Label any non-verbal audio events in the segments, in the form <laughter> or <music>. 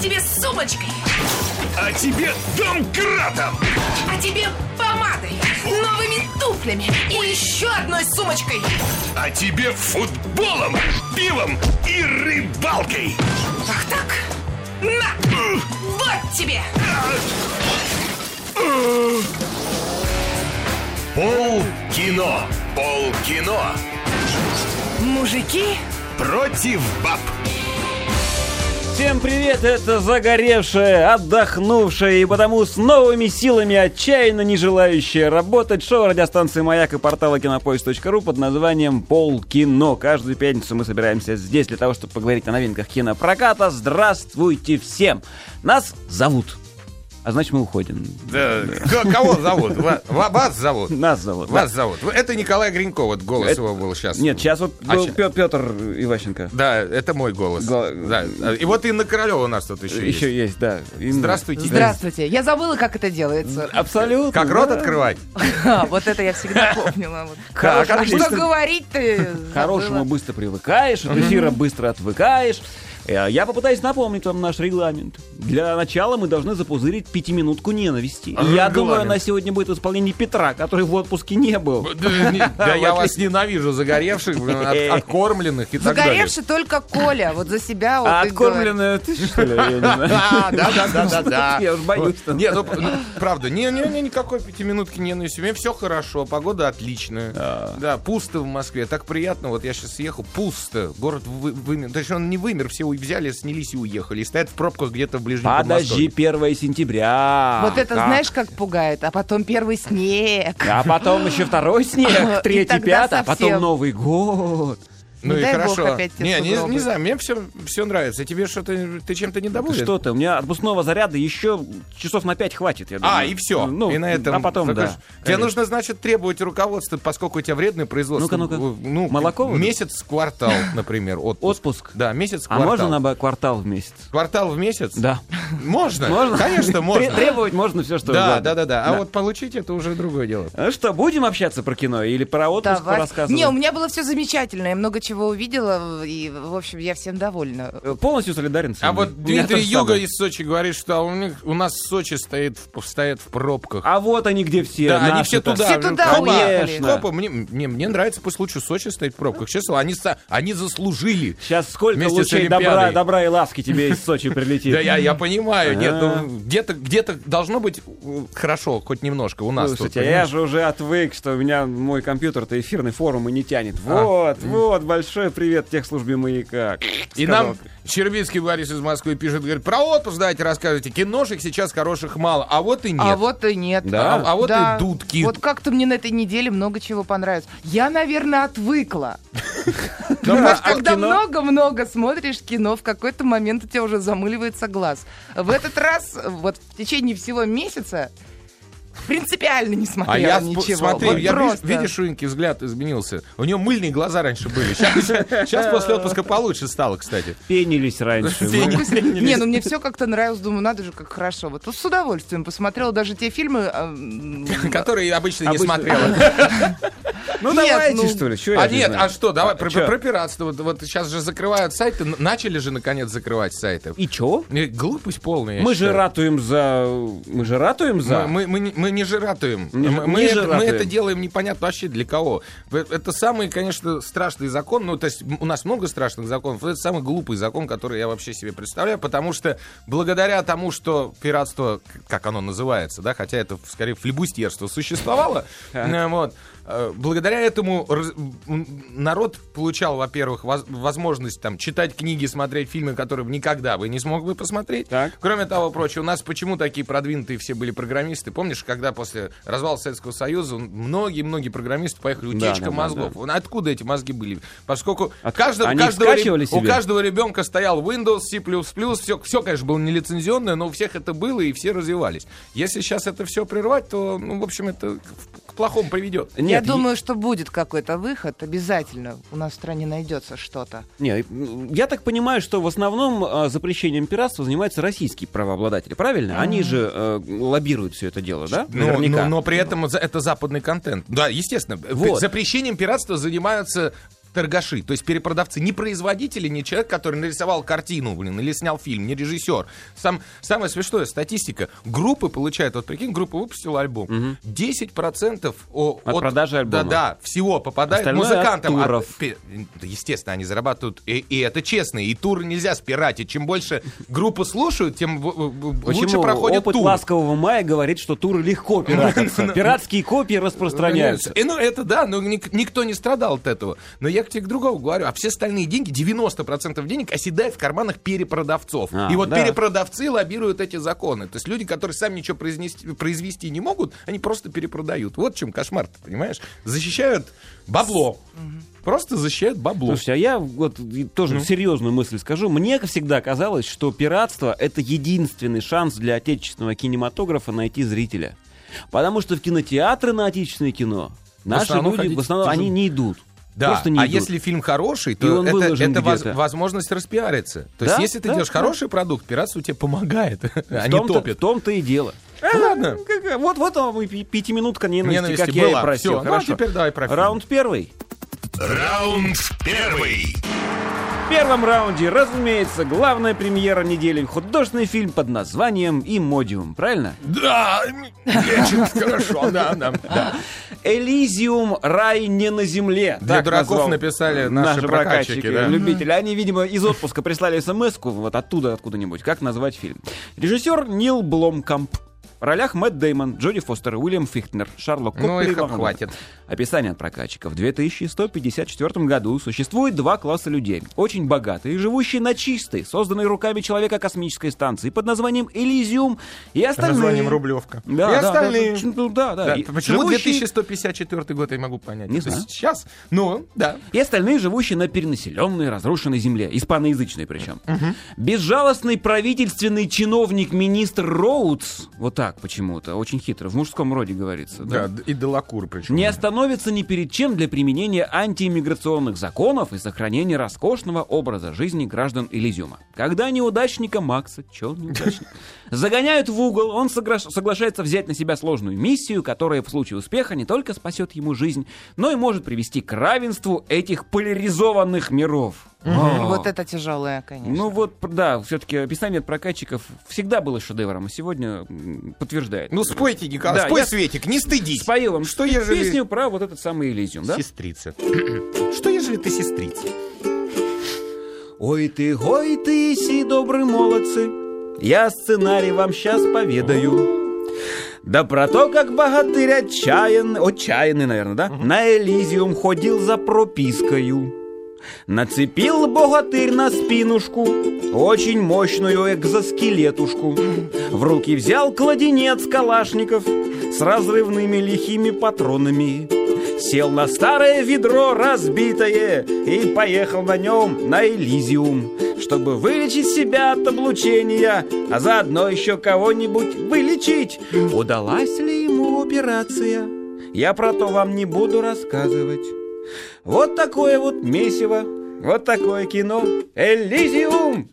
тебе сумочкой, А тебе домкратом! а тебе помадой, новыми туфлями и еще одной сумочкой. А тебе футболом, пивом и рыбалкой! Ах так? На! Вот тебе! Пол кино! Пол кино! Мужики Против баб! Всем привет, это загоревшая, отдохнувшая и потому с новыми силами отчаянно не желающая работать шоу радиостанции «Маяк» и портала кинопоиск.ру под названием «Полкино». Каждую пятницу мы собираемся здесь для того, чтобы поговорить о новинках кинопроката. Здравствуйте всем! Нас зовут. А значит, мы уходим. Да, к- Кого зовут? Ва- ва- Вас зовут? Нас зовут. Вас зовут. Это Николай Гринько, вот голос Это- его был сейчас. Нет, сейчас вот А был щас- Петр Иващенко. Да, это мой голос. Го- Да. И вот Инна Королева у нас тут еще, Еще есть. есть, да. Инна. Здравствуйте. Здравствуйте. Я забыла, как это делается. Абсолютно. Как рот да. открывать? А, вот это я <laughs> всегда помнила. Вот. Как А что отлично. говорить ты? <laughs> К хорошему быстро привыкаешь, от эфира быстро отвыкаешь. Э, Я попытаюсь напомнить вам наш регламент. Для начала мы должны запузырить пятиминутку ненависти. И Я Регламент. думаю, она сегодня будет в исполнении Петра, который в отпуске не был. <laughs> Да я вас ненавижу, <laughs> загоревших, блин, от- откормленных и так далее. Загоревший только Коля. Вот за себя вот А и говорит. откормленная ты, что ли? <laughs> Я не знаю. Да, А, да, да, да, да, да. Я уж боюсь, что- Не, ну, ну, правда, не, не, не, никакой пятиминутки ненависти. У меня все хорошо, погода отличная. А. Да, пусто в Москве. Так приятно, вот я сейчас съехал, пусто. Город вы- вымер. Точнее, он не вымер, все у- взяли, снялись и уехали. И стоят в пробках где-то в ближнем Подожди, Подмосковье. 1 сентября. Вот это, Так. знаешь, как пугает. А потом первый снег. А потом <laughs> еще второй снег, И третий, тогда пятый, а потом совсем. Новый год. Ну Не и дай бог хорошо. опять те не, не, сугробы. не знаю, мне все, все нравится. Тебе что-то, ты чем-то недоволен? Что ты? У меня отпускного заряда еще часов на пять хватит, я думаю. А, и все. Ну, и на этом. А потом, Такой да. ж- Тебе конечно. нужно, значит, требовать руководства, поскольку у тебя вредное производство. Ну-ка, ну-ка. Ну, Молоко вот Месяц, квартал, например. Отпуск. Отпуск. Да, месяц, А квартал. можно на ба- квартал в месяц? Квартал в месяц? Да. Можно? Можно? <laughs> Конечно, Тре- можно. Требовать можно все, что Да, угодно. да, да, да. А вот получить это уже другое дело. Ну что, будем общаться про кино или про отпуск Давай. рассказывать? Не, у меня было все замечательно. Я много чего увидела. И, в общем, я всем довольна. Полностью солидарен с А вами. вот У меня Дмитрий тоже самое. Юга из Сочи говорит, что у, них, у нас Сочи стоит в, стоят в пробках. А вот они где все. Да, они наши-то. все туда. Все туда Хопа, уехали. хопа, мне, мне, мне нравится, пусть лучше Сочи стоит в пробках. Честно, они, са- они заслужили. Сейчас сколько Вместе с лучей Олимпиадой. добра, добра и ласки тебе из Сочи прилетит. Да, я, <laughs> я понимаю. Нет, А. ну, где-то, где-то должно быть э, хорошо, хоть немножко у нас тут. Слушайте, а я же уже отвык, что у меня мой компьютер-то эфирный форум и не тянет. А. Вот, вот, большой привет техслужбе «Маяка». И нам Червицкий Борис из Москвы пишет, говорит, про отпуск давайте расскажите. Киношек сейчас хороших мало, а вот и нет. А вот и нет. Да? А- а вот Да. и дудки. Вот как-то мне на этой неделе много чего понравилось. Я, наверное, отвыкла. А, Понимаешь, когда много-много смотришь кино, в какой-то момент у тебя уже замыливается глаз. В этот раз, вот в течение всего месяца, принципиально не смотрела А я сп- ничего. смотри, Вот я вижу- просто. видишь, у Инки взгляд изменился. У нее мыльные глаза раньше были. Сейчас после отпуска получше стало, кстати. Пенились раньше. <laughs> Пени- Не, ну мне все как-то нравилось, думаю, надо же, как хорошо. Вот с удовольствием посмотрела даже те фильмы. эм, <laughs> Которые обычно не Обычно- смотрела. Ну Нет, давайте, ну- что ли. чё я А не нет, знаю. а что, давай, про чё? про пиратство. Вот- Вот сейчас же закрывают сайты. Н- Начали же, наконец, закрывать сайты. И чё? Э, Глупость полная. я Мы же считаю. ратуем за... Мы же ратуем за... Мы, мы- мы не- мы не жиратуем. Не ж- мы, не мы это, жиратуем. мы это делаем непонятно вообще для кого. Э, Это самый, конечно, страшный закон. Ну, то есть м, у нас много страшных законов. Это самый глупый закон, который я вообще себе представляю. Потому что благодаря тому, что пиратство, к- как оно называется, да, хотя это скорее <laughs> флебустерство существовало, э, вот, э, благодаря этому раз- м, народ получал, во-первых, воз- возможность там читать книги, смотреть фильмы, которые бы никогда бы не смог бы посмотреть. Так. Кроме того прочего, у нас почему такие продвинутые все были программисты? Помнишь, когда после развала Советского Союза многие-многие программисты поехали Да, утечка да, да, мозгов. Вон Откуда эти мозги были? Поскольку От- каждого, они каждого, реб- скачивали у себе? каждого ребенка стоял Windows, C++, все, все, конечно, было нелицензионное, но у всех это было, и все развивались. Если сейчас это все прервать, то, ну, в общем, это к- к плохому приведет. Я Нет, е- думаю, что будет какой-то выход. Обязательно у нас в стране найдется что-то. Не, я так понимаю, что в основном а, запрещением пиратства занимаются российские правообладатели, правильно? Они же э, лоббируют все это дело, да? Ну, Наверняка. Но, но при этом за- это западный контент. Да, естественно. Вот. Запрещением пиратства занимаются торгаши. То есть перепродавцы. Не производители, не человек, который нарисовал картину, блин, или снял фильм, не режиссер. Сам, самое смешное, статистика. Группы получают, вот прикинь, группа выпустила альбом. 10% о- От продажи альбома. Да-да, всего попадает Остальное музыкантам. от А туров. пе- да, Естественно, они зарабатывают, и, и это честно. И туры нельзя спиратить. Чем больше группы слушают, тем в- в- в- ну, лучше Почему? проходит Опыт тур. Ну, ласкового мая говорит, что туры <laughs> легко пиратятся. Пиратские копии распространяются. И, ну, это да, но ник- никто не страдал от этого. Но я к тебе к другому говорю, а все остальные деньги, 90% денег оседает в карманах перепродавцов. А, и вот да. перепродавцы лоббируют эти законы. То есть люди, которые сами ничего произнести- произвести не могут, они просто перепродают. Вот в чем кошмар, понимаешь? Защищают бабло. Просто защищают бабло. Слушайте, а я вот и Ну. тоже серьезную мысль скажу. Мне всегда казалось, что пиратство — это единственный шанс для отечественного кинематографа найти зрителя. Потому что в кинотеатры на отечественное кино наши основном люди, ходить в основном, в кино. они не идут. Да, Просто не а идут. если фильм хороший, И то он это, выложен это воз- где-то. возможность распиариться. То Да, есть, если ты да, делаешь да. хороший продукт, пиратство тебе помогает, <laughs> а В не том-то, топит. В том-то и дело. Ну, А, ну, Ладно. Как- Вот, вот вам и пи- пятиминутка ненависти, Ненависти как я и была. просил. Всё, ну а Хорошо. теперь давай про фильм. Раунд первый. Раунд первый. В первом раунде, разумеется, главная премьера недели — художественный фильм под названием «Имодиум». Правильно? Да, лечит хорошо, да, да. Элизиум рай не на земле. Для Так дураков назвал написали наши прокатчики, да. любители. Они, видимо, из отпуска прислали смс вот оттуда, откуда-нибудь, как назвать фильм. Режиссер Нил Бломкамп. В ролях Мэтт Деймон, Джоди Фостер, Уильям Фихтнер, Шарлок Копли. Ну, их и Иван Ургант. хватит. Описание от прокатчика. В 2154 году существует два класса людей. Очень богатые, живущие на чистой, созданной руками человека космической станции под названием Элизиум и остальные... названием Рублевка. Да, И да, да, остальные. да, ну, да, да. И Почему живущие- 2154 год, я не могу понять. Не То есть знаю. Сейчас, ну, да. и остальные, живущие на перенаселенной, разрушенной земле, испаноязычной причем. Безжалостный правительственный чиновник-министр Роудс, вот так почему-то, очень хитро, в мужском роде говорится, да, Да, и Делакур причем. не остановится ни перед чем для применения антииммиграционных законов и сохранения роскошного образа жизни граждан Элизиума. Когда неудачника Макса, чё он неудачник, загоняют в угол, он согра- соглашается взять на себя сложную миссию, которая в случае успеха не только спасет ему жизнь, но и может привести к равенству этих поляризованных миров. О. Ну, Вот это тяжелое, конечно. Ну вот, да, все-таки описание от прокатчиков всегда было шедевром, а сегодня м, подтверждает. Ну, спойте, Николай, Да, спой, я- Светик, не стыдись. Спою вам Что пе- ежели- песню про вот этот самый Элизиум, да? Сестрица. <clears throat> Что, ежели ты сестрица? Ой ты, ой ты, си добрые молодцы, я сценарий вам сейчас поведаю. Да про то, как богатырь отчаян, отчаянный, наверное, да? На Элизиум ходил за пропискою. Нацепил богатырь на спинушку Очень мощную экзоскелетушку В руки взял кладенец калашников С разрывными лихими патронами Сел на старое ведро разбитое И поехал на нем на Элизиум Чтобы вылечить себя от облучения А заодно еще кого-нибудь вылечить Удалась ли ему операция? Я про то вам не буду рассказывать вот такое вот месиво, вот такое кино. Элизиум!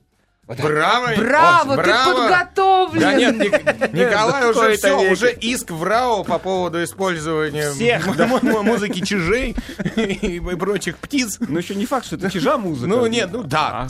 Браво! Браво, О, ты подготовлен! Да нет, Ник- <laughs> Николай Да уже какой-то все, веки. уже иск в РАО по поводу использования Всех, <laughs> м- м- м- музыки чужей <laughs> и и прочих птиц. Ну еще не факт, что это чижа музыка. Ну нет, ну да, А,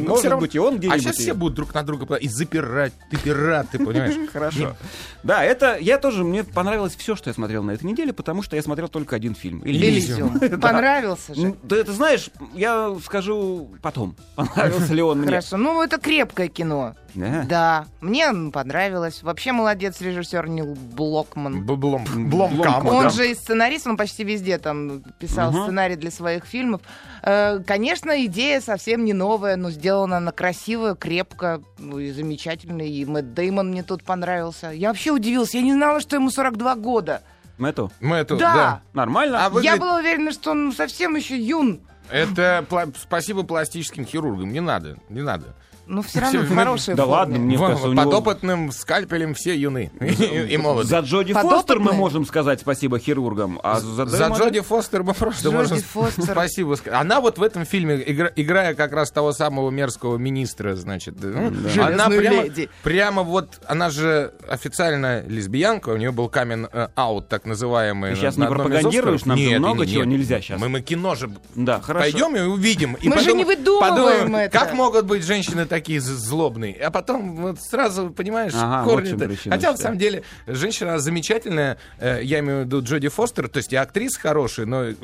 ну, но может всё равно- быть, и он А где-нибудь сейчас и- все будут друг на друга пла- и запирать. Ты пират, ты понимаешь? Хорошо. Да, это я тоже, мне понравилось все, что я смотрел на этой неделе, потому что я смотрел только один фильм. Элизиум. <laughs> Понравился же. М, Да ты знаешь, я скажу потом, <laughs> понравился ли он мне. Хорошо. Ну, это крепкое кино. Да. Да. Мне м, понравилось. Вообще молодец режиссер Нил Блокман. Блом. Бломкам. Он да. же и сценарист, он почти везде там писал Мгм. сценарий для своих фильмов. Э, Конечно, идея совсем не новая, но сделана она красиво, крепко ну, и замечательно. И Мэтт Деймон мне тут понравился. Я вообще удивился, я не знала, что ему 42 года. Мэту, Мэту, да. Да. нормально. А вы- Я Выглядит- была уверена, что он совсем еще юн. Это пла- спасибо пластическим хирургам. Не надо, не надо. Ну, все равно Всё, в хорошей Да форме. ладно, мне Вон, кажется, у него... подопытным скальпелем все юны <laughs> и и молоды. За Джоди Подопытные? Фостер мы можем сказать спасибо хирургам, а за, За Дэймона- Джоди Фостер мы просто Джоди можем Фостер. спасибо сказать. Она вот в этом фильме, игра- играя как раз того самого мерзкого министра, значит, ну, она Железную прямо, леди. прямо вот, она же официально лесбиянка, у нее был камен-аут, так называемый. Ты на- щас на не одном из пропагандируешь, островов. нам же Нет, много нет, чего нет. нельзя щас. Мы, мы кино же Да, хорошо. пойдем и увидим. И Мы же подумаем- не выдумываем подумаем, это. Как могут быть женщины такие з- злобные? А потом вот сразу, понимаешь, Ага, вот в чем корни-то. причина, Хотя, на что- самом деле, женщина замечательная, э, я имею в виду Джоди Фостер, то есть и актриса хорошая, но э,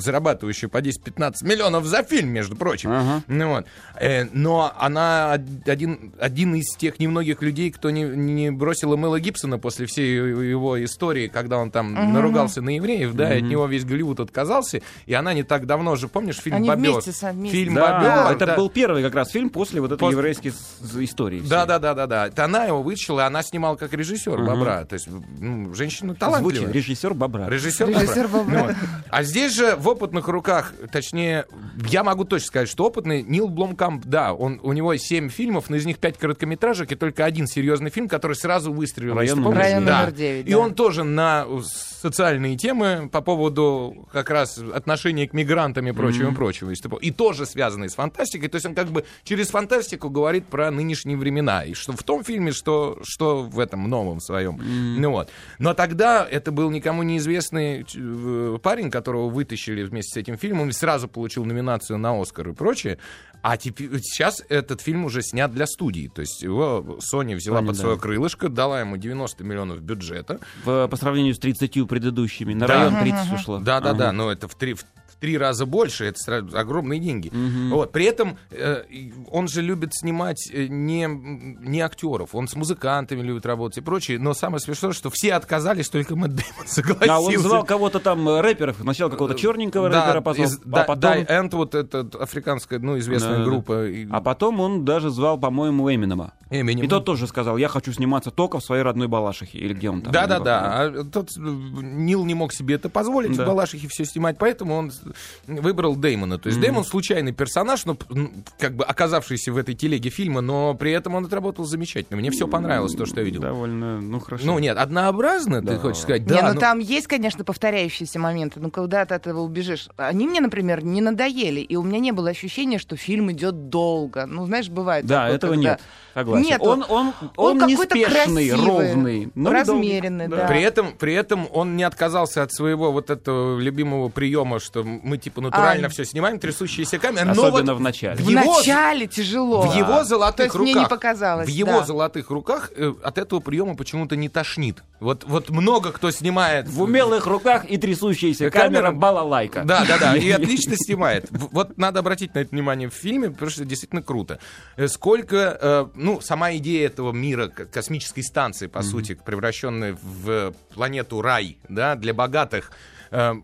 зарабатывающая по 10-15 миллионов за фильм, между прочим. Ага. Ну вот. Э, Но она од- один, один из тех немногих людей, кто не, не бросила Мэла Гибсона после всей его- его истории, когда он там наругался на евреев, да, и от него весь Голливуд отказался, и она не так давно же, помнишь, фильм Они «Бобер»? вместе со- вместе. Фильм Да, «Бобер», это да. был первый как раз фильм после вот этой Пос- еврейской с- с- истории. всей. Да, да, да, да, да. Это она его вытащила, и она снимала как режиссер Бобра. То есть, ну, женщина Звучит талантливая. режиссер Бобра. Режиссер, Режиссер Бобра. Бобра. Ну вот. А здесь же в опытных руках, точнее, я могу точно сказать, что опытный Нил Бломкамп, да, он, у него 7 фильмов, но из них 5 короткометражек и только один серьезный фильм, который сразу выстрелил. Район Если номер помнишь, девять. да. Район номер девять, И да. он тоже на э, социальные темы по поводу как раз отношений к мигрантам и прочего, и прочего. И стопо- И тоже связанные с фантастикой. То есть он как бы через фантастику говорит про нынешние времена. И что в том фильме, что, что в этом новом своем. Ну вот. Но тогда это был никому неизвестный ч- э, парень, которого вытащили вместе с этим фильмом, и сразу получил номинацию на Оскар и прочее. А теперь, сейчас этот фильм уже снят для студии. То есть его Sony взяла Sony, под да. свое крылышко, дала ему 90 миллионов бюджета. В- по сравнению с 30 предыдущими. На Да. район 30 ушло. Да, да, да, но это в три, в три раза больше, это сра- огромные деньги. Вот. При этом э, и он же любит снимать э, не, м, не актеров, он с музыкантами любит работать и прочее, но самое смешное, что все отказались, только Мэтт Дэймон <laughs> согласился. А он звал кого-то там э, рэперов. Сначала какого-то черненького Да, рэпера позвал, из- а да, э, потом... Die Ant, вот эта африканская, ну, Да, известная да. группа. и- А потом он даже звал, по-моему, Эминема. Эминем. И тот тоже сказал, я хочу сниматься только в своей родной Балашихе. Или где он там? Да, да, да. А тот э, Нил не мог себе это позволить, Да. в Балашихе все снимать, поэтому он с- выбрал Деймона. То есть Деймон случайный персонаж, но п- м, как бы оказавшийся в этой телеге фильма, но при этом он отработал замечательно. Мне все понравилось, то, что я видел. Довольно, ну хорошо. Ну нет, однообразно, ты хочешь сказать? Не, Да, ну ну- там есть, конечно, повторяющиеся моменты, но куда ты от этого убежишь? Они мне, например, не надоели, и у меня не было ощущения, что фильм идет долго. Ну, знаешь, бывает. Да, такое, этого когда- нет. Согласен. Нету. Он, он, он, какой-то неспешный, красивый, ровный. но размеренный, долгий. да. При этом, при этом он не отказался от своего вот этого любимого приема, что мы типа натурально А. все снимаем, трясущиеся камеры. но Особенно вот в начале. В его- начале тяжело. В его золотых То есть руках. мне не показалось. В его да. золотых руках э, от этого приема почему-то не тошнит. Вот, вот много кто снимает. В умелых руках и трясущаяся камера, Камера. балалайка. Да, да, да. И отлично снимает. В- Вот надо обратить на это внимание в фильме, потому что действительно круто. Э, Сколько, э, ну, сама идея этого мира, к- космической станции, по сути, превращенной в э, планету рай, да, для богатых. э,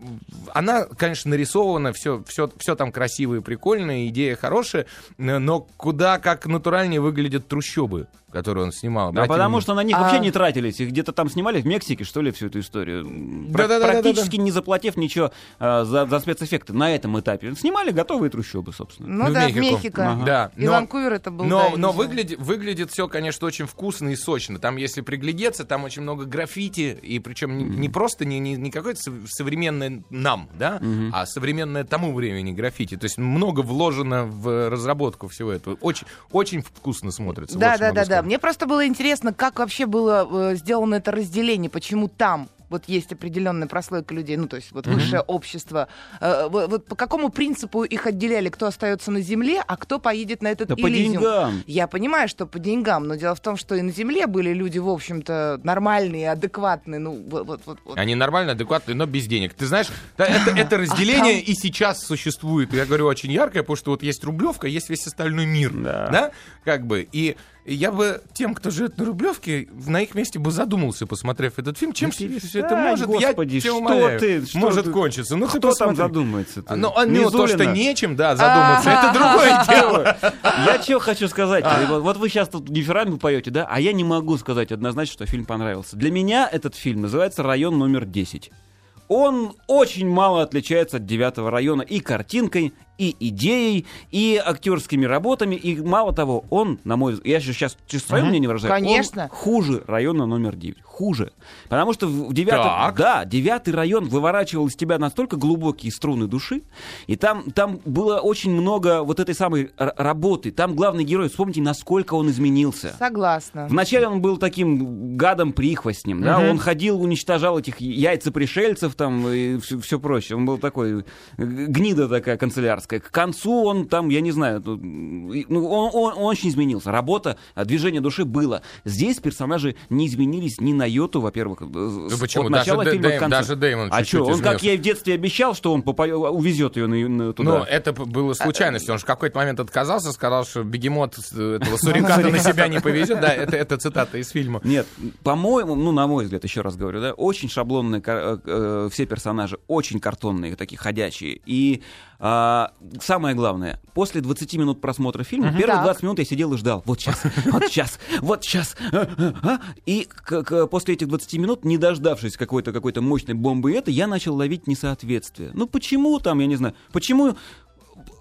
Она, конечно, нарисована, все, все, все там красиво и прикольно, идея хорошая, э, но куда как натуральнее выглядят трущобы, которые он снимал. Да, Обратите потому внимание. что на них А- вообще не тратились. Их где-то там снимали в Мексике, что ли, всю эту историю. Пр- Да-да-да-да-да. практически не заплатив ничего а, за, за спецэффекты на этом этапе. Снимали готовые трущобы, собственно. Ну Ну, да, в в Мехико. Мехико. Да, И но- Ванкувер это был. да, Но, я но видела. выглядит, выглядит все, конечно, очень вкусно и сочно. Там, если приглядеться, там очень много граффити, и причем не, не просто не, не, не какое-то сов- современное нам, да, а современное тому времени граффити. То есть много вложено в разработку всего этого. Очень, очень вкусно смотрится. Да, вот что да, могу да, да. сказать. Мне просто было интересно, как вообще было э, сделано это разделение, почему там вот есть определенная прослойка людей, ну то есть вот высшее общество. Э, вот, вот по какому принципу их отделяли, кто остается на земле, а кто поедет на этот Да по Элизиум? деньгам. Я понимаю, что по деньгам, но дело в том, что и на земле были люди, в общем-то, нормальные, адекватные, ну вот, вот, вот- вот. Они нормально, адекватные, но без денег. Ты знаешь, да, это, это разделение и сейчас существует. Я говорю очень яркое, потому что вот есть рублевка, есть весь остальной мир. Да. Да. Как бы. И я бы тем, кто живет на рублевке, на их месте бы задумался, посмотрев этот фильм, чем Да все перестань, это может, господи, я тебя что умоляю, ты, что может ты- кончиться. Ну, ты Кто там посмотри. задумается-то? А, Ну, а, ну, то, что Мизулина? нечем, да, задуматься, Ага. это другое дело. Я чего хочу сказать. Вот, вот вы сейчас тут дифирамбы поете, да? А я не могу сказать однозначно, что фильм понравился. Для меня этот фильм называется «Район номер 10». Он очень мало отличается от девятого района и картинкой, и идеей, и актерскими работами, и мало того, он, на мой взгляд, я сейчас чисто свое мнение выражаю, он Конечно. хуже района номер 9. Хуже. Потому что в в девятом... Так. Да, девятый район выворачивал из тебя настолько глубокие струны души, и там, там было очень много вот этой самой р- работы. Там главный герой, вспомните, насколько он изменился. Согласна. Вначале он был таким гадом-прихвостнем, да, он ходил, уничтожал этих яйца пришельцев там и все, прочее. Он был такой э, гнида такая канцелярская. К концу он там, я не знаю, тут, и, ну, он, он- он очень изменился. Работа, э, движение души было. Здесь персонажи не изменились ни на йоту, во-первых, э, с- Ну почему? от начала Даже Дэ- фильма Дэйм- к концу. даже Дэймон а чуть-чуть что, он как изменился. я и в детстве обещал, что он попоё- увезет ее на- на- туда. Но это п- было случайностью. Он же в какой-то момент отказался, сказал, что бегемот с, э, этого суриката на себя не повезет. Да, это, это цитата из фильма. Нет, по-моему, ну, на мой взгляд, еще раз говорю, да, очень шаблонные кар- э, э, все персонажи, очень картонные, такие ходячие. И а, самое главное, после 20 минут просмотра фильма, первые Так. 20 минут я сидел и ждал. Вот сейчас, вот сейчас, вот сейчас. а. И к- к- после этих 20 минут, не дождавшись какой-то какой-то мощной бомбы и это, я начал ловить несоответствие. Ну, почему там, я не знаю, почему...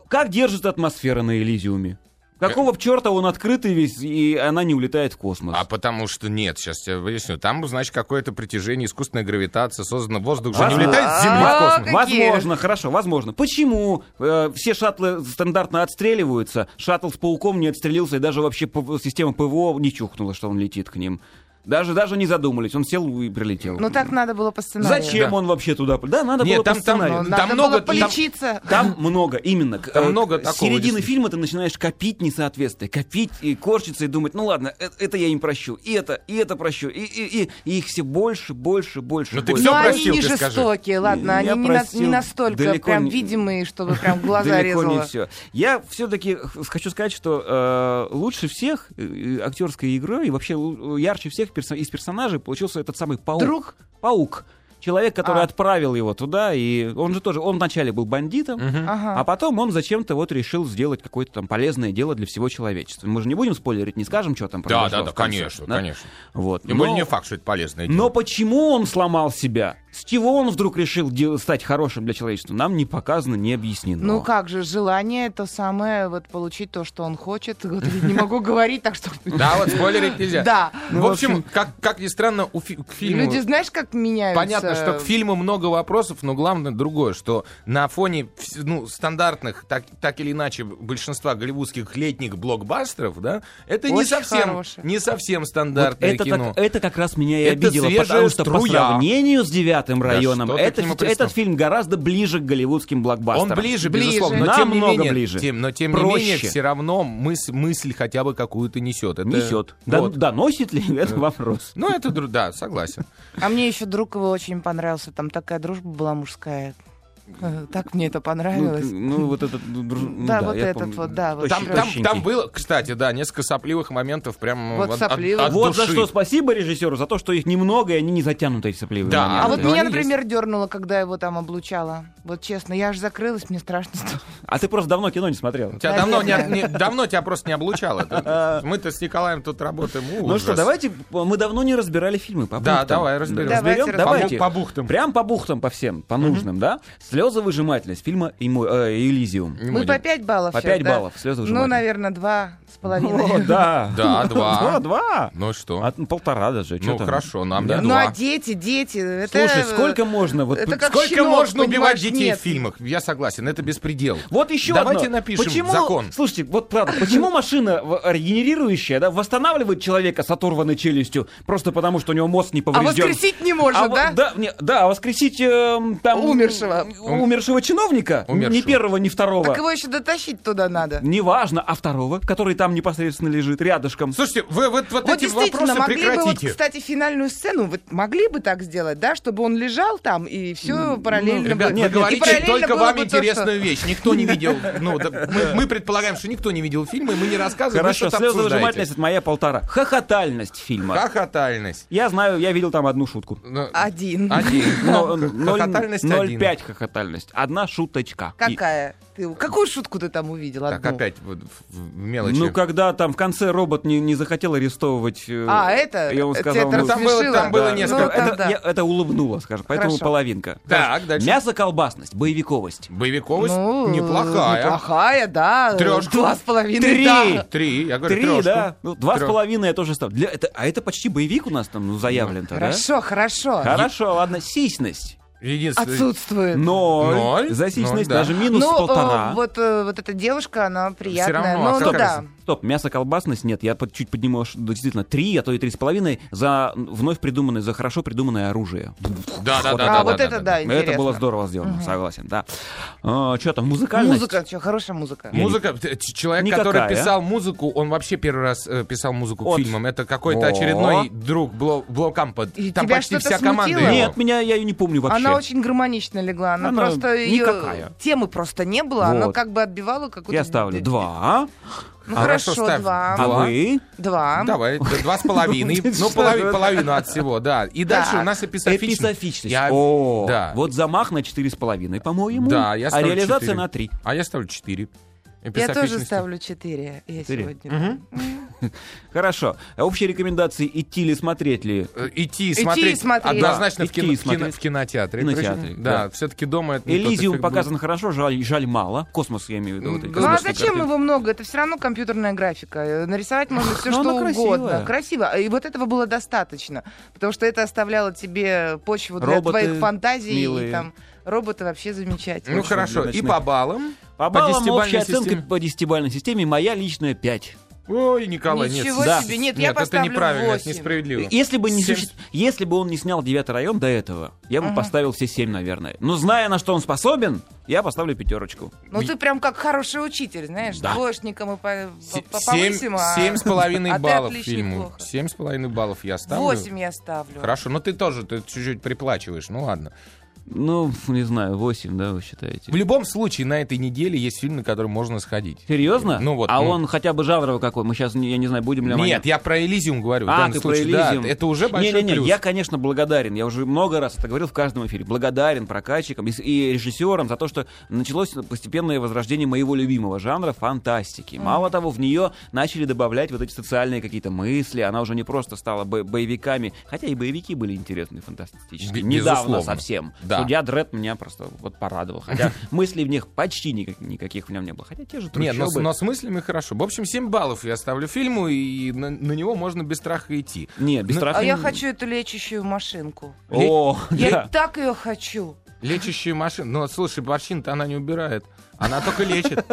Как держится атмосфера на Элизиуме? Какого черта он открытый весь, и она не улетает в космос? А потому что нет, сейчас я выясню. Там, значит, какое-то притяжение, искусственная гравитация, создано воздух же не Возможно. улетает с Земли в А, космос. Какие? Возможно, хорошо, возможно. Почему э, все шаттлы стандартно отстреливаются, шаттл с пауком не отстрелился, и даже вообще п- система ПВО не чухнула, что он летит к ним. Даже, даже не задумались, он сел и прилетел. Ну так надо было по сценарию. Зачем Да. он вообще туда? пл- Да, надо Нет, было там- по там- сценарию. Ну, Там надо много- было там- полечиться. Там много, именно. К- Там э, много к- такого, С середины действительно. фильма ты начинаешь копить несоответствие, копить и корчиться и думать, ну ладно, э- это я им прощу, и это, и это прощу, и, и- и- и их все больше, больше, больше. Ну ты больше. всё Но они простил, не ты скажи. жестокие, ладно, Я они не, на- простил. не настолько Далеко прям не- видимые, чтобы прям глаза Далеко резало. не все. Я все-таки хочу сказать, что э, лучше всех э, э, актерской игрой и вообще лу- э, ярче всех персо- из персонажей получился этот самый паук. Друг? Паук. Человек, который А. отправил его туда, и он же тоже, он вначале был бандитом, Ага. а потом он зачем-то вот решил сделать какое-то там полезное дело для всего человечества. Мы же не будем спойлерить, не скажем, что там Да, произошло. да, да, в конце, конечно, да? конечно. Вот. Тем более Но- не факт, что это полезное дело. но почему он сломал себя? С чего он вдруг решил дел- стать хорошим для человечества? Нам не показано, не объяснено. Ну как же, желание то самое, вот получить то, что он хочет. Вот я не могу говорить, так что... Да, вот спойлерить нельзя. Да. Ну, в общем, как, как ни странно, у фи- к фильму... Люди, знаешь, как меняются? Понятно, что к э, фильму много вопросов, но главное другое, что на фоне вс- ну, стандартных, так, так или иначе, большинства голливудских летних блокбастеров, да, это не Очень совсем, хорошее. не совсем Вот стандартное это, кино. так, это как раз меня и Это обидело, свежая потому что по струя. сравнению с девятым районом что ты это к нему фи- этот пристал? фильм гораздо ближе к голливудским Он блокбастерам. ближе, Ближе. безусловно, но тем не Намного менее, ближе. тем- но тем не Проще. менее, все равно мыс- мысль хотя бы какую-то несет. Это- несет. Да- Вот. Доносит ли <laughs> это вопрос? Ну, это, дру- да, согласен. А мне еще друг его очень понравился. Там такая дружба была мужская. Э, Так мне это Ну, понравилось. ты- ну, вот этот... ну, друж- Да, ну, вот я этот вот, да, вот <laughs> Там, Очень там, Тощенький. там было, кстати, да, несколько сопливых моментов прям Вот от- от- сопливых. от Вот за души. что спасибо режиссеру, за то, что их немного, и они не затянуты, эти сопливые Да. моменты. А вот Но меня, ну, они есть. например, дернуло, когда его там облучало. Вот честно, я аж закрылась, мне страшно стало. А ты просто давно кино не смотрел. У тебя давно, не, Наверное. не- давно тебя просто не облучало. <laughs> Это- Мы-то с Николаем тут работаем. Ну у, ужас. что, давайте, мы давно не разбирали фильмы по Да, пунктам. давай, разберем. Давайте Разберем, разберем. давайте. По бу- по бухтам. Прям по бухтам, по всем, по нужным, да? Слезовыжимательность фильма «Эмо- э, «Элизиум». Не Мы будем. по 5 баллов. По сейчас, пять да. баллов, слезы Ну, выжимали. наверное, два с О, половиной. да. <laughs> Да, Два, два. два. Ну что? А, ну, полтора даже. чё Ну там? хорошо, нам не Ну, а два. дети, дети. это- Слушай, сколько можно? Вот, это п- как Сколько щенок, можно убивать понимаешь, детей нет. в фильмах? Я согласен, это беспредел. Вот еще Давайте одно. напишем почему, закон. Слушайте, вот правда, почему машина в- э, регенерирующая, да, восстанавливает человека с оторванной челюстью просто потому, что у него мозг не А поврежден? воскресить не А может, вот- да? Да, не- да, а воскресить эм, там... Умершего. м, Умершего чиновника? Умершего. Ни первого, ни второго. Так его еще дотащить туда надо. Ну, Неважно, а второго, который там непосредственно лежит, рядышком. Слушайте, вы вот, вот Вот эти действительно, вопросы могли бы, вот, прекратите. кстати, финальную сцену, вот могли бы так сделать, да, чтобы он лежал там и все параллельно Ну, Ребят, бы- вы и говорите параллельно только было вам бы то, интересную что- вещь. Никто <laughs> не видел. Ну, да, мы, мы предполагаем, что никто не видел фильмы, мы не рассказываем, Хорошо, вы что-то слезовыжимательность обсуждаете. это моя полтора. Хохотальность фильма. Хохотальность. Я знаю, я видел там одну шутку. Ну, Один. Один. <laughs> Но, э, Хохотальность ноль- один. 0,5 хохот- фатальность. Одна шуточка. И- Какая? Ты, какую шутку ты там увидела? Так, опять в, в- в мелочи. Ну, когда там в конце робот не, не захотел арестовать... э, А, это? И он Тебя сказал... это ну, Там было- рассмешило? там было Ну, несколько. там это, да. я- это улыбнуло, скажем, поэтому Хорошо. половинка. Так, дальше. Мясо, колбасность, боевиковость. Боевиковость Ну, неплохая. Неплохая, да. Трёшку. Два с половиной, Три. да. Три, я говорю, Три, трёшку. да? Ну, два Трё- с половиной я тоже ставлю. Для, это, а это почти боевик у нас там ну, заявлен-то, да? Хорошо, хорошо. Хорошо, ладно, сисьность. Единственное- Отсутствует. Ноль. Ноль? За сисьность Ноль, да. даже минус Ну, э, полтора. вот, э, вот эта девушка, она приятная. равно, а ну, как да. раз? Стоп, мясо, колбасность, нет, я под- чуть подниму аж до действительно три, а то и три с половиной за вновь придуманное, за хорошо придуманное оружие. Да, да, да, Вот да. а вот да, это, да, да. интересно. Ну, Это было здорово сделано, согласен, да. Что там, музыкальность? Музыка, что, хорошая музыка. Я не- Музыка, т- ч- человек, Никакая. а? который писал музыку, он вообще первый раз э, писал музыку От. к фильмам. Это какой-то О. очередной друг Бло- Блокампа. И Там тебя почти что-то вся команда смутило? его. Нет, меня, я ее не помню вообще. Она очень гармонично легла. Она, Она просто ее никакая. темы просто не было. Она Вот. как бы отбивала какую-то. Я ставлю два, Ну Хорошо, хорошо, ставь. два. а вы? Два. Давай, д- два <laughs> с половиной. Ну, полови- половину от всего, да. И дальше у нас эписофичность. Эписофичность. Я- О, Да. вот замах на четыре с половиной, по-моему. Да, я а ставлю реализация четыре. на три. А я ставлю четыре. Я тоже Эписофичности. ставлю четыре. Я Четыре. сегодня. Хорошо. А Общие рекомендации идти ли смотреть ли? Э, Идти и Идти и смотреть. смотреть. Однозначно Да, в, идти кино- и в кино- смотреть. в кинотеатре. Кинотеатре, Причем, да. да, все-таки дома это не тот Элизиум эффект показан хорошо, жаль, жаль мало. Космос, я имею в виду. вот эти Ну а космические зачем картины. его много? Это все равно компьютерная графика. Э, Нарисовать можно все но ну, что она красивая. угодно. Красиво. А, И вот этого было достаточно. Потому что это оставляло тебе почву для Роботы твоих фантазий. милые. И там роботы вообще был. замечательные. Ну Очень хорошо. И ночных. по баллам. По баллам десятибалльной общая оценка системе. по десятибалльной системе моя личная 5. Ой, Николай, нет. Ничего Да. себе. Нет, Нет, я это поставлю неправильно, это восемь. несправедливо. Если бы, не Семь- суще- Если бы он не снял девятый район до этого, я бы поставил все 7, наверное. Но зная, на что он способен, я поставлю пятерочку. Ну ты прям как хороший учитель, знаешь, Да. двоечникам и по, по- Се- по- Семь повысим, а- семь с <laughs> половиной а ты баллов отличник фильму. плохо. Семь с половиной баллов я ставлю. Восемь я ставлю. Хорошо, но ты тоже ты чуть-чуть приплачиваешь, ну ладно. Ну, не знаю, 8, да, вы считаете? В любом случае, на этой неделе есть фильм, на который можно сходить. Серьезно? Ну вот, А ну. он хотя бы жанровый какой? Мы сейчас, я не знаю, будем ли мы о нем- Нет, я про Элизиум говорю. в А, данном ты про случае, да, Элизиум. это уже большой Не-не-не, плюс. я, конечно, благодарен. Я уже много раз это говорил в каждом эфире. Благодарен прокатчикам и, с- и режиссерам за то, что началось постепенное возрождение моего любимого жанра фантастики. Мало того, в нее начали добавлять вот эти социальные какие-то мысли. Она уже не просто стала бо- боевиками, хотя и боевики были интересные фантастические. Б- Недавно безусловно. совсем. Да. Судья Дред меня просто вот порадовал. <laughs> Хотя мыслей в них почти никак- никаких в нем не было. Хотя те же Не, но, с- трущобы. но с мыслями хорошо. В общем, 7 баллов я ставлю фильму, и на, на него можно без страха идти. Не, без Ну, страха. А я не- <laughs> хочу эту лечащую машинку. О, Я да. так ее хочу. Лечащая машина. Но слушай, морщин-то она не убирает. Она <laughs> только лечит.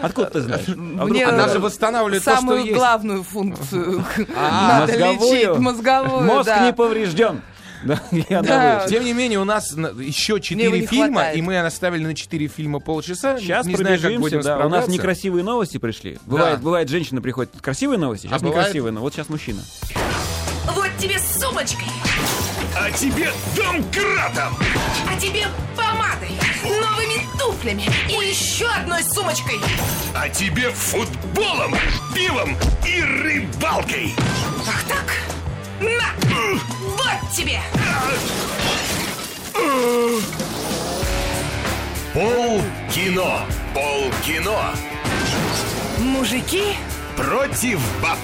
Откуда ты знаешь? А Мне- вдруг она Она же восстанавливает то, что Самую есть. главную функцию А, надо лечить. Мозговую, Мозг да. не поврежден. <laughs> Да, я Да. надеюсь. Тем не менее, у нас еще его 4 не фильма, хватает. и мы оставили на 4 фильма полчаса. Сейчас не знаю, как пробежимся, будем да. У нас справляться. некрасивые новости пришли. Бывает, бывает, женщина приходит. Красивые новости, сейчас А бывает? некрасивые, но вот сейчас мужчина. Вот тебе с сумочкой, А тебе домкратом! а тебе помадой, новыми туфлями и еще одной сумочкой. А тебе футболом, пивом и рыбалкой! Ах так? На! Вот тебе! Пол кино! Пол кино! Мужики, Против баб!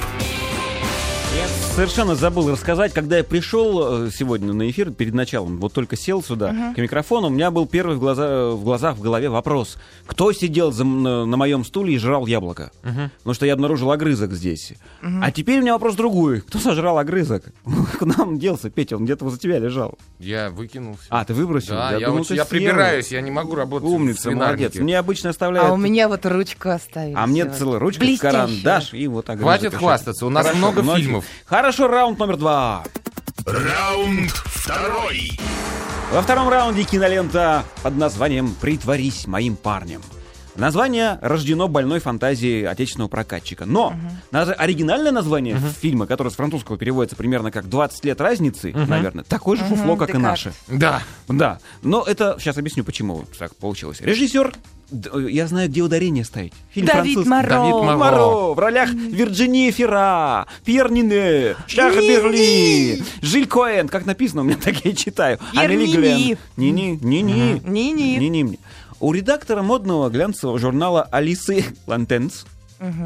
Я совершенно забыл рассказать, когда я пришел э, сегодня на эфир перед началом, вот только сел сюда к микрофону, у меня был первый в, глаза, в глазах, в голове вопрос, кто сидел за м- на, на моем стуле и жрал яблоко? Потому что я обнаружил огрызок здесь. А теперь у меня вопрос другой, кто сожрал огрызок? <laughs> Куда он делся, Петя, он где-то возле тебя лежал. Я выкинулся. А, ты выбросил? Да, я, думал, вот- ты я съел. прибираюсь, я не могу работать. в Умница, свинарнике. молодец. Мне обычно оставляют... А у меня вот ручку оставили. А мне сегодня. целая ручка, Блестящую. карандаш и вот огрызок. Хватит еще. хвастаться, у нас Хорошо, много ночью. фильмов. Хорошо, раунд номер два. Раунд второй! Во втором раунде кинолента под названием «Притворись моим парнем». Название рождено больной фантазией отечественного прокатчика. Но даже оригинальное название фильма, которое с французского переводится примерно как «20 лет разницы», наверное, такое же фуфло, как и Декарт. наше. Да. Да, но это... Сейчас объясню, почему так получилось. Режиссер... д- э, Я знаю, где ударение ставить. Фильм Давид французский. Моро. Давид Моро. Моро. В ролях Вирджинии Фера, Пьер Нине, Шах Ни-ни. Берли, Жиль Коэн. Как написано, у меня <laughs> так я и читаю. Пьер Амели Ни-ни. Глен. Ни-ни, ни-ни. Ни-ни. Ни-ни мне. У редактора модного глянцевого журнала Алисы Лантенс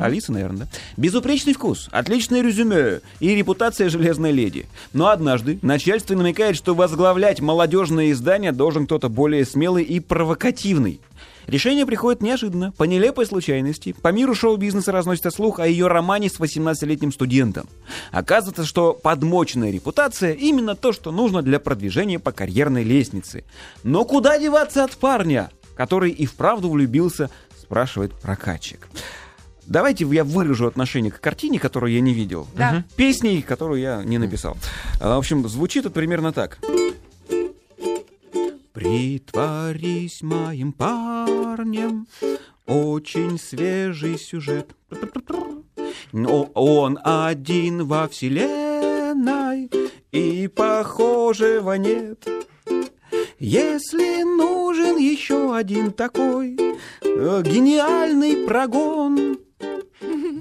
Алиса, наверное, да? Безупречный вкус, отличное резюме и репутация железной леди. Но однажды начальство намекает, что возглавлять молодежное издание должен кто-то более смелый и провокативный. Решение приходит неожиданно, по нелепой случайности. По миру шоу-бизнеса разносится слух о ее романе с 18-летним студентом. Оказывается, что подмоченная репутация – именно то, что нужно для продвижения по карьерной лестнице. Но куда деваться от парня, который и вправду влюбился, спрашивает прокатчик. Давайте я выражу отношение к картине, которую я не видел. Да. Мгм. Песней, которую я не написал. А, В общем, звучит это примерно так. Притворись моим парнем. Очень свежий сюжет. Но он один во вселенной, и похожего нет. Если нужен еще один такой э, гениальный прогон,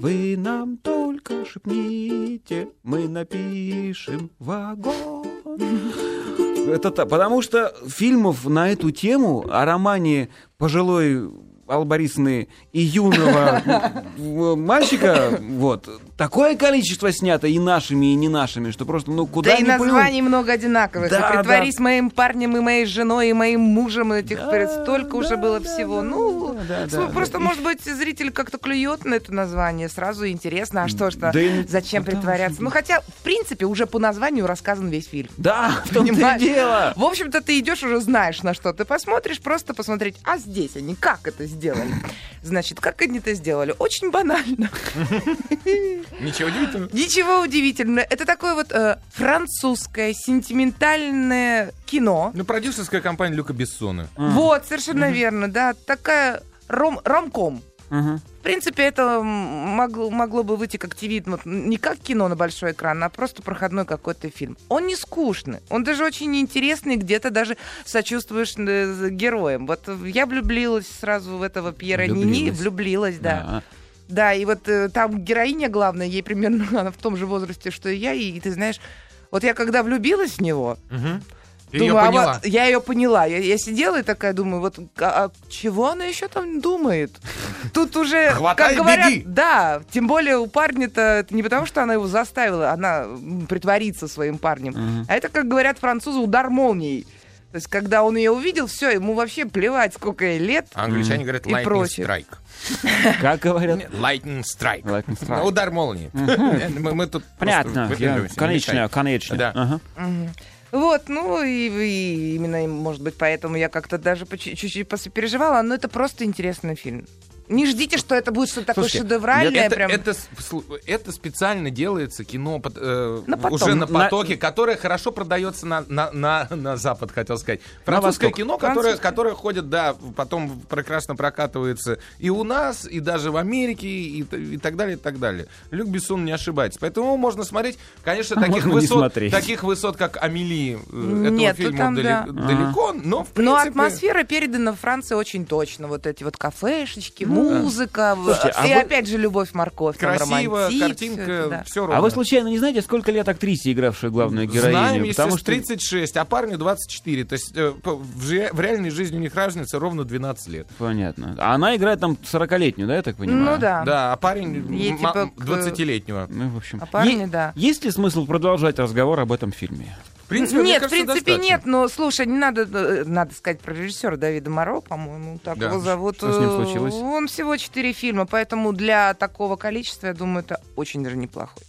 вы нам только шепните, мы напишем вагон. Это та- потому что фильмов на эту тему о романе пожилой Аллы Борисовны и юного <laughs> м, мальчика, вот, такое количество снято и нашими, и не нашими, что просто, ну, куда Да и ни плюнь. названий много одинаковых. Да, и притворись моим парнем и моей женой, и моим мужем, и этих пер- столько уже было всего. ну, да, да, см- да. просто, может быть, зритель как-то клюет на это название. Сразу интересно, а что ж то Да и- зачем ну, там притворяться? Ну, хотя, в принципе, уже по названию рассказан весь фильм. <laughs> Да, в том-то и Понимаешь? дело. В общем-то, ты идешь уже знаешь, на что ты посмотришь, просто посмотреть, а здесь они как это сделали. Значит, как они это сделали? Очень банально. Ничего удивительного. Ничего удивительного. Это такое вот э, французское сентиментальное кино. Ну, продюсерская компания Люка Бессона. Вот, совершенно верно, да. Такая ром ромком. Мгм. В принципе, это м, могло, могло бы выйти как TV, ну, не как кино на большой экран, а просто проходной какой-то фильм. Он не скучный, он даже очень интересный, где-то даже сочувствуешь э, за героем. Вот я влюбилась сразу в этого Пьера Нини, Влюбилась. влюбилась, да. Да. Да, и вот э, там героиня главная, ей примерно <laughs> она в том же возрасте, что и я, и ты знаешь, вот я когда влюбилась в него, Ты думаю, ее а поняла. вот я ее поняла, я, я сидела и такая думаю, вот а- а чего она еще там <laughs> думает? Тут уже, Хватай, как говорят, беги! да, тем более у парня-то это не потому, что она его заставила, она м, притворится своим парнем, а это, как говорят французы, удар молнией. То есть, когда он ее увидел, все, ему вообще плевать, сколько ей лет. А англичане говорят И lightning прочее. strike. А, Как говорят? Lightning strike. Lightning strike. Удар молнии. Э, Мы мы тут Понятно. ну, просто я- выпендриваемся, Конечно, мешаем. конечно. Да. Ага. Вот, ну и, и именно, может быть, поэтому я как-то даже по чу- чуть-чуть посопереживала, но это просто интересный фильм. Не ждите, что это будет что-то такое Слушайте, шедевральное, ну, это, прям. это с- слу- это специально делается кино под- э, На потом. уже на На- потоке, которое хорошо продается на, на, на, на Запад, хотел сказать. Французское Восток. кино, которое, Французское. которое ходит, да, потом прекрасно прокатывается и у нас, и даже в Америке, и, т- и так далее, и так далее. Люк Бессон не ошибается. Поэтому его можно смотреть, конечно, А таких, можно не высот, смотреть. таких высот, как Амели, э, этого Нет, ну фильма там, дали- да. далеко, но в Но принципе- атмосфера передана в Франции очень точно. Вот эти вот кафешечки, Ну музыка. в- Слушайте, а и вы- опять же любовь, морковь, там, Красиво, романтик, всё это, картинка, да. все ровно. А вы случайно не знаете, сколько лет актрисе, игравшей главную героиню? Знаем, Потому естественно, что 36, а парню 24. То есть э, по- в, же- в реальной жизни у них разница ровно 12 лет. понятно. А она играет там 40-летнюю, да, я так понимаю? Ну да. Да, а парень Ей, м- типа, м- к- 20-летнего. Ну, в общем. А парни, Е- да. Есть ли смысл продолжать разговор об этом фильме? В принципе, мне нет, кажется, в принципе достаточно. нет, но слушай, не надо, э, надо сказать про режиссера Давида Моро, по-моему, так Да, его зовут. что с ним Э, случилось? Он <laughs> всего четыре фильма, поэтому для такого количества, я думаю, это очень даже неплохой.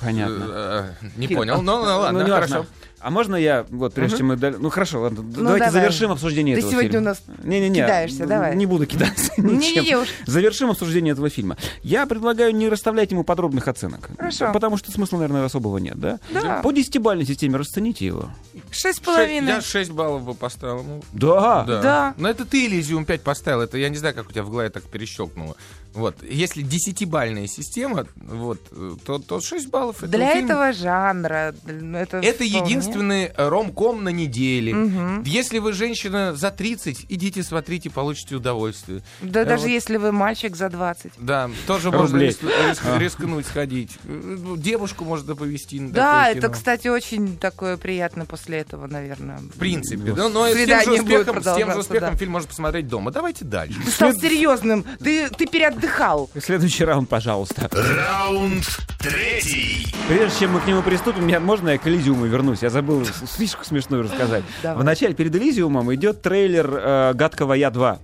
Понятно. Э, э, Не Кир, понял. а- Ну, ну, ладно, не хорошо. важно. А можно я, вот, прежде чем мы... дали- Ну, хорошо, ладно, д- Ну, давайте давай. завершим обсуждение Ты этого сегодня фильма. у нас Не-не-не, кидаешься, давай. Не буду кидаться <laughs> ничем. Не-не-не уж. Завершим обсуждение этого фильма. Я предлагаю не расставлять ему подробных оценок. Хорошо. Потому что смысла, наверное, особого нет, да? Да. По десятибалльной системе расцените его. Шесть с Ше- половиной. Я 6 баллов бы поставил. ему. Да. Да. Но это ты Элизиум 5 поставил. Это я не знаю, как у тебя в голове так перещелкнуло. Вот. Если десятибальная система, вот, э, то, то 6 баллов. этому Для фильму. этого жанра. ну, Это, Это вполне. единственный э, ромком на неделе. Если вы женщина за 30, идите смотрите, получите удовольствие. Да Э, даже вот. если вы мальчик за 20. Да, тоже Рублей. А. можно рис- рис- рискнуть сходить. Э, ну, Девушку можно повести на Да, такое это, кино. кстати, очень такое приятно после этого, наверное. В принципе. Ну, Да, но с тем же Свидание будет успехом, с тем же продолжаться, успехом да. фильм можно посмотреть дома. Давайте дальше. Ты стал серьезным. Ты, ты переотдыхал. Следующий раунд, пожалуйста. Раунд третий. Прежде чем мы к нему приступим, я, можно я к Элизиуму вернусь? Я забыл с- фишку смешную рассказать. Давай. Вначале перед Элизиумом идет трейлер э, «Гадкого Я 2».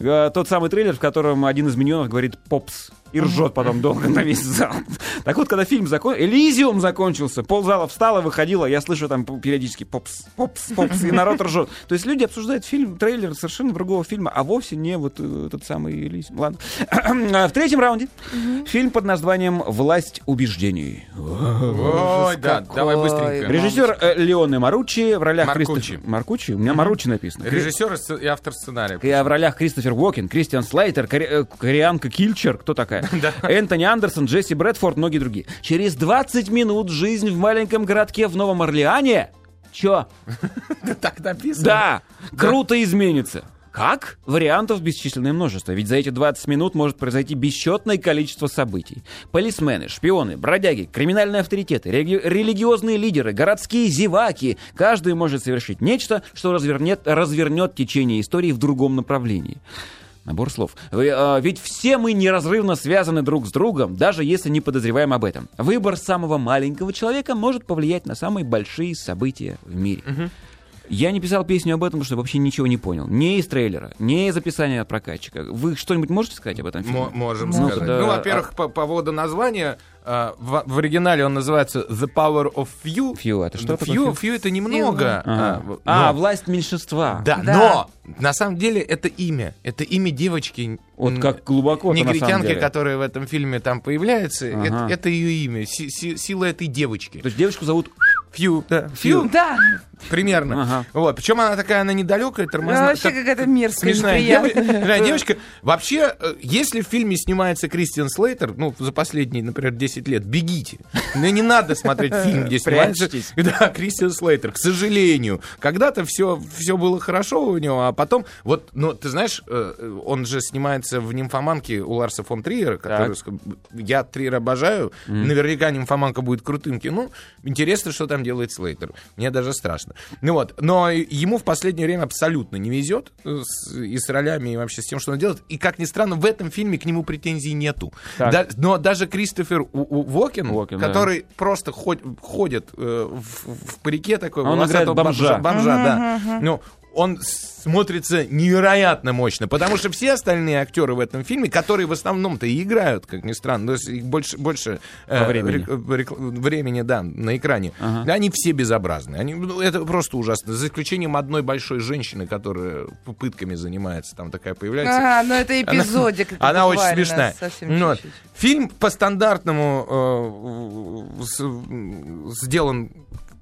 Э, тот самый трейлер, в котором один из миньонов говорит «попс» и ржет потом долго на весь зал. Так вот, когда фильм закончился, Элизиум закончился, ползала встала, выходила, я слышу там периодически «попс, попс, попс», и народ ржет. То есть люди обсуждают фильм, трейлер совершенно другого фильма, а вовсе не вот э, тот самый Элизиум. Ладно. <clears throat> А В третьем раунде фильм под названием «Власть убеждений». Ой, да, давай какой. быстренько. Режиссер э, Леоне Маручи в ролях Маркучи. Кристоф- Маркучи? У меня Маручи написано. Кри- Режиссер и с- и автор сценария. Э, В ролях Кристофер Уокен, Кристиан Слейтер, Кори- э, Корианка Кильчер, кто такая? Энтони Андерсон, Джесси Брэдфорд, многие другие. Через 20 минут жизнь в маленьком городке в Новом Орлеане? Чё? <laughs> Так написано. Да, круто изменится. Как? Вариантов бесчисленное множество, ведь за эти 20 минут может произойти бесчетное количество событий. Полисмены, шпионы, бродяги, криминальные авторитеты, реги- религиозные лидеры, городские зеваки. Каждый может совершить нечто, что развернет, развернет течение истории в другом направлении. Набор слов. Вы, э, ведь все мы неразрывно связаны друг с другом, даже если не подозреваем об этом. Выбор самого маленького человека может повлиять на самые большие события в мире. Я не писал песню об этом, потому что вообще ничего не понял. Не из трейлера, не из описания от прокатчика. Вы что-нибь можете сказать об этом фильме? Мо- можем Ну, сказать. да. Ну, во-первых, по поводу названия. а, в, в оригинале он называется The Power of Few. Few, это а что Да, такое Few, few? few это немного. Ага. в- А, но- власть меньшинства. да, Да. но на самом деле это имя. Это имя девочки. Вот м, как глубоко это на самом Негритянки, деле. которая в этом фильме там появляется, Ага. это, это ее имя, си- си- сила этой девочки. То есть девочку зовут... Фью, да, фью, Да, примерно. Ага. Вот, причем она такая, она недалекая, тормозная. она вообще так- какая-то мерзкая, Смешная неприятная. дево- да, девочка. Вообще, э, если в фильме снимается Кристиан Слейтер, ну, за последние, например, 10 лет, бегите. Ну, не надо смотреть фильм, где снимается... Прячьтесь. <laughs> Да, Кристиан Слейтер, к сожалению. Когда-то все, все было хорошо у него, а потом... Вот, ну, ты знаешь, э, он же снимается в «Нимфоманке» у Ларса фон Триера, который... ск- Я Триера обожаю. Наверняка «Нимфоманка» будет крутым кино. Интересно, что там делает Слейтер. Мне даже страшно. Ну вот, но ему в последнее время абсолютно не везет э, с- и с ролями, и вообще с тем, что он делает. И, как ни странно, в этом фильме к нему претензий нету. Так. Да- но даже Кристофер У- У- Уокен, Уокен, да. который просто ход- ходит э, в, в парике такой, А Он волосатого играет бомжа. бомжа, да. Ну, он с- смотрится невероятно мощно, потому что все остальные актеры в этом фильме, которые в основном-то и играют, как ни странно, то есть их больше, больше э, По времени. рек- рек- времени, да, на экране, Ага. они все безобразные, они, ну, это просто ужасно, за исключением одной большой женщины, которая пытками занимается, там такая появляется, А, ну это эпизодик. это <laughs> она, она очень буквально смешная. совсем Ну, чуть-чуть. Фильм по стандартному э, с- м, сделан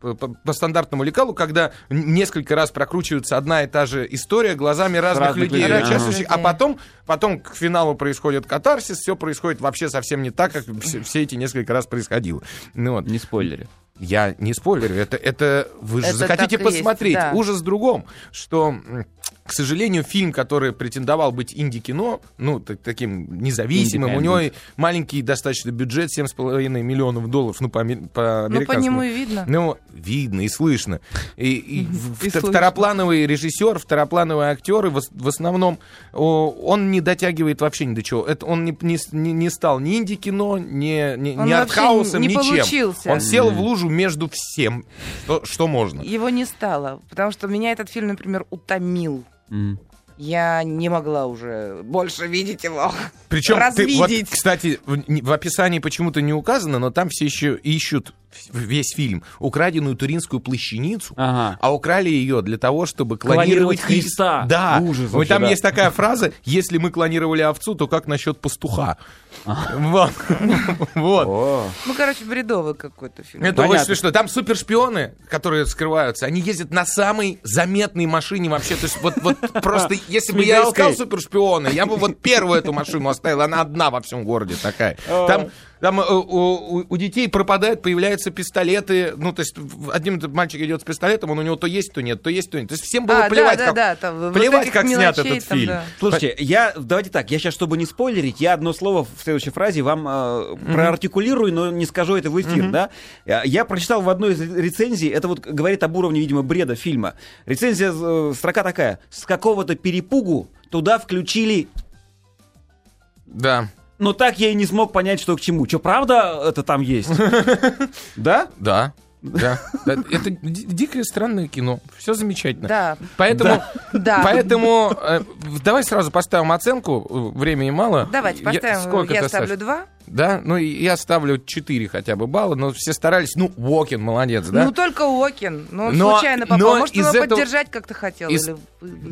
по, по- по стандартному лекалу, когда н- несколько раз прокручивается одна и та же история глазами разных, разных людей, людей, ага. участвующих, а Людей. потом, потом к финалу происходит катарсис, все происходит вообще совсем не так, как все, все эти несколько раз происходило. Ну вот. Не спойлери. Я не спойлерю, это, это вы же Это захотите так и есть, посмотреть. да. Ужас в другом, что, м, к сожалению, фильм, который претендовал быть инди-кино, ну, т- таким независимым, у него и маленький достаточно бюджет, 7,5 миллионов долларов, ну, по, ами- по Ну, по нему американскому. и видно. Ну, видно и слышно. И, и в- И втор- слышно. второплановый режиссер, второплановые актеры, в, ос- в основном, о, он не дотягивает вообще ни до чего. Это он не, не с- не- не стал ни инди-кино, ни, ни, Он ни вообще артхаусом, не ничем. получился. Он сел в лужу между всем, что, что можно. Его не стало, потому что меня этот фильм, например, утомил. М. я не могла уже больше видеть его. Причем, ты, вот, Развидеть. кстати, в, не- в описании почему-то не указано, но там все еще ищут в- весь фильм украденную туринскую плащаницу, Ага. а украли ее для того, чтобы Клонировать клонировать, Христа. Да. Ужас Вот вообще, там да. есть такая фраза: "Если мы клонировали овцу, то как насчет пастуха?" А. Вот, <laughs> вот. О, Ну, короче, бредовый какой-то фильм. Это Понятно. очень смешно. Там супершпионы, которые скрываются, они ездят на самой заметной машине вообще. То есть вот, <laughs> вот просто, если бы я мигалкой. искал супершпиона, я бы вот первую эту машину оставил. Она одна во всем городе такая. Там, там э, у, у- у детей пропадают, появляются пистолеты. Ну, то есть в- один этот мальчик идет с пистолетом, он у него то есть, то нет, то есть, то нет. То есть всем было А, плевать, да, как, да, да, там вот плевать, этих как снят мелочей этот там, фильм. да. Слушайте, я давайте так, я сейчас, чтобы не спойлерить, я одно слово в следующей фразе вам э, проартикулирую, но не скажу это в эфир, да? Я, я прочитал в одной из рецензий, это вот говорит об уровне, видимо, бреда фильма. Рецензия, э, строка такая: с какого-то перепугу туда включили, Да, но так я и не смог понять, что к чему. Че, правда э, это там есть? Да? да. Да. Да, <laughs> Это ди- дикое странное кино. Все замечательно. Да, Поэтому, Да. поэтому э, давай сразу поставим оценку. э, Времени мало. давайте Я- поставим. сколько я ты ставлю ставишь? два. Да, ну и я ставлю 4 хотя бы балла, но все старались. Ну, Уокин, молодец, да? Ну, только Уокин. Ну, он Но- случайно попал. но Может, из его этого- поддержать как-то хотел? из- или-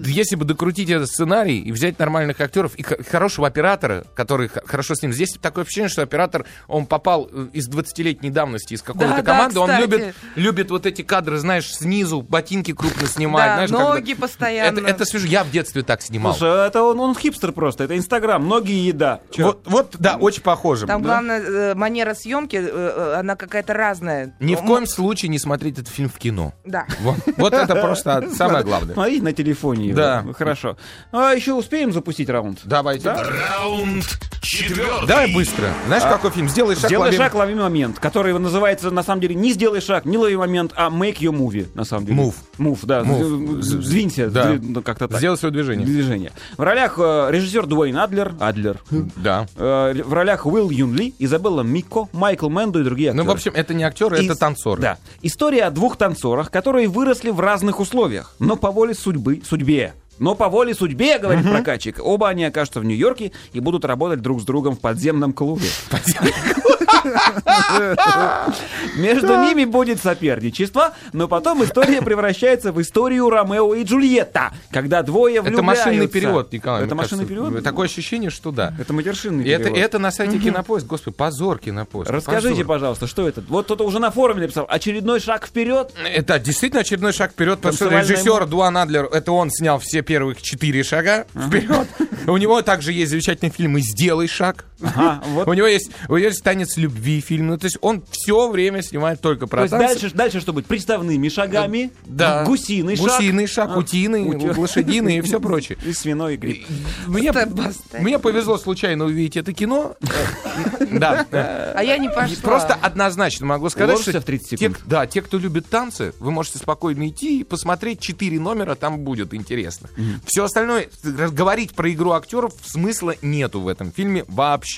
Если бы докрутить этот сценарий и взять нормальных актеров и хо- хорошего оператора, который х- хорошо с ним здесь, такое ощущение, что оператор, он попал э, из 20-летней давности из какой-то Да, да, команды, он кстати. любит, любит вот эти кадры, знаешь, снизу, ботинки крупно снимать, Да, знаешь, ноги когда- постоянно. Это, это свежо. я в детстве так снимал. Слушай, а это он, он хипстер просто, это Инстаграм, ноги и еда. Чё? Вот, вот, да, очень похоже. Там Да. главное э, манера съемки, э, э, она какая-то разная. Ни в М- коем случае не смотреть этот фильм в кино. Да. Вот, вот <laughs> это просто самое главное. Смотри на телефоне. его. Да. Ну, Хорошо. А еще успеем запустить раунд? Давайте. Раунд четвертый. Давай быстро. Знаешь, какой фильм? Сделай шаг. А Сделай лови- шаг, лови момент, который называется на самом деле не сделай шаг, не лови момент, а make your movie на самом деле. Move. Мув, да. Move. З- Сдвинься, Да. сдви- ну, как-то так. Сделай свое движение. движение. В ролях э, режиссер Дуэйн Адлер, Адлер. Да. Э, в ролях Уилл Юн Ли, Изабелла Мико, Майкл Мэнду и другие Ну, актеры. в общем, это не актеры, это Ис- танцоры. Да. История о двух танцорах, которые выросли в разных условиях, но по воле судьбы, судьбе. Но по воле судьбе, говорит прокатчик, оба они окажутся в Нью-Йорке и будут работать друг с другом в подземном клубе. Между ними будет соперничество, но потом история превращается в историю Ромео и Джульетта, когда двое Это влюбляются. машинный перевод, Николай. Это мне машинный кажется. перевод? Такое ощущение, что да. Это матершинный И это, перевод. типа, и это на сайте Кинопоиск. Господи, позор Кинопоиск. Расскажите, позор. пожалуйста, что это? Вот кто-то уже на форуме написал, очередной шаг вперед. Это Э, действительно очередной шаг вперед, потому что Танцевальная режиссер Дуан Адлер, это он снял все первых четыре шага вперед. У него также есть замечательный фильм «И <laughs> сделай шаг». <laughs> Ага, А, вот. У него есть, у него есть танец любви фильм. Ну, то есть он все время снимает только То про есть танцы. дальше, дальше что будет? Приставными шагами, Да. гусиный, А. Гусиный шаг, утиный, Ути- лошадиный и <laughs> все прочее. шаг и свиной гриб. Мне, Степ-бай-степ. мне повезло случайно увидеть <laughs> это кино. Да. А я не пошла. Просто однозначно могу сказать, Уложишься что в 30 те- секунд? да, те, кто любит танцы, вы можете спокойно идти и посмотреть четыре номера, там будет интересно. Все остальное, раз- говорить про игру актеров смысла нету в этом фильме вообще.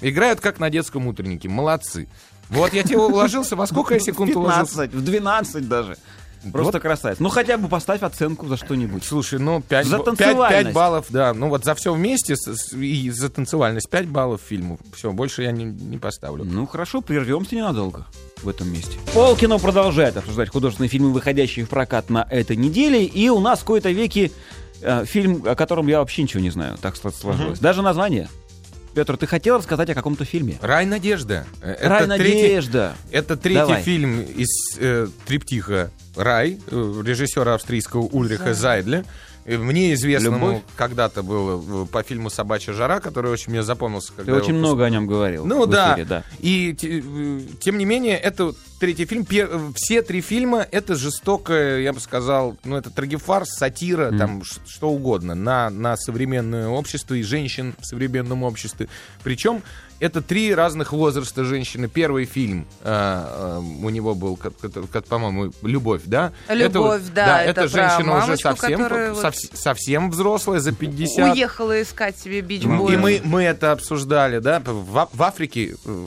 Играют как на детском утреннике, молодцы. Вот я тебе уложился, во сколько я <laughs> секунд уложился? 15, в 12 даже. Просто красавец. Ну хотя бы поставь оценку за что-нибудь. Слушай, ну 5, За танцевальность. баллов, да. Ну вот за все вместе с- с- и за танцевальность 5 баллов фильму. Все, больше я не, не поставлю. Ну хорошо, прервемся ненадолго в этом месте. Полкино продолжает обсуждать художественные фильмы, выходящие в прокат на этой неделе. И у нас в кои-то веки э, фильм, о котором я вообще ничего не знаю. Так сло- сложилось. Даже название. Петр, ты хотел рассказать о каком-то фильме? Рай надежда. Э, Рай это третий- надежда. Это третий Давай. фильм из э, триптиха «Рай» э, режиссера австрийского Ульриха Зайдля. Э, Мне известному Любовь. когда-то было э, по фильму «Собачья жара», который очень мне запомнился. Ты Когда я очень его много о нем говорил. Ну в да. эфире, да. И те- э, тем не менее, это вот третий фильм. Пе- э, Все три фильма это жестокое, я бы сказал, ну это трагефарс, сатира, там ш- что угодно на, на современное общество и женщин в современном обществе. Причем это три разных возраста женщины. Первый фильм э, э, у него был, как- как- как, по-моему, «Любовь», да? «Любовь», Это вот- да, это, это про женщина уже мамочку, совсем, которая вот- совс- совсем взрослая, за 50. Уехала искать себе бич Ну, И боя. мы, мы это обсуждали, да? В, Аф- в Африке э,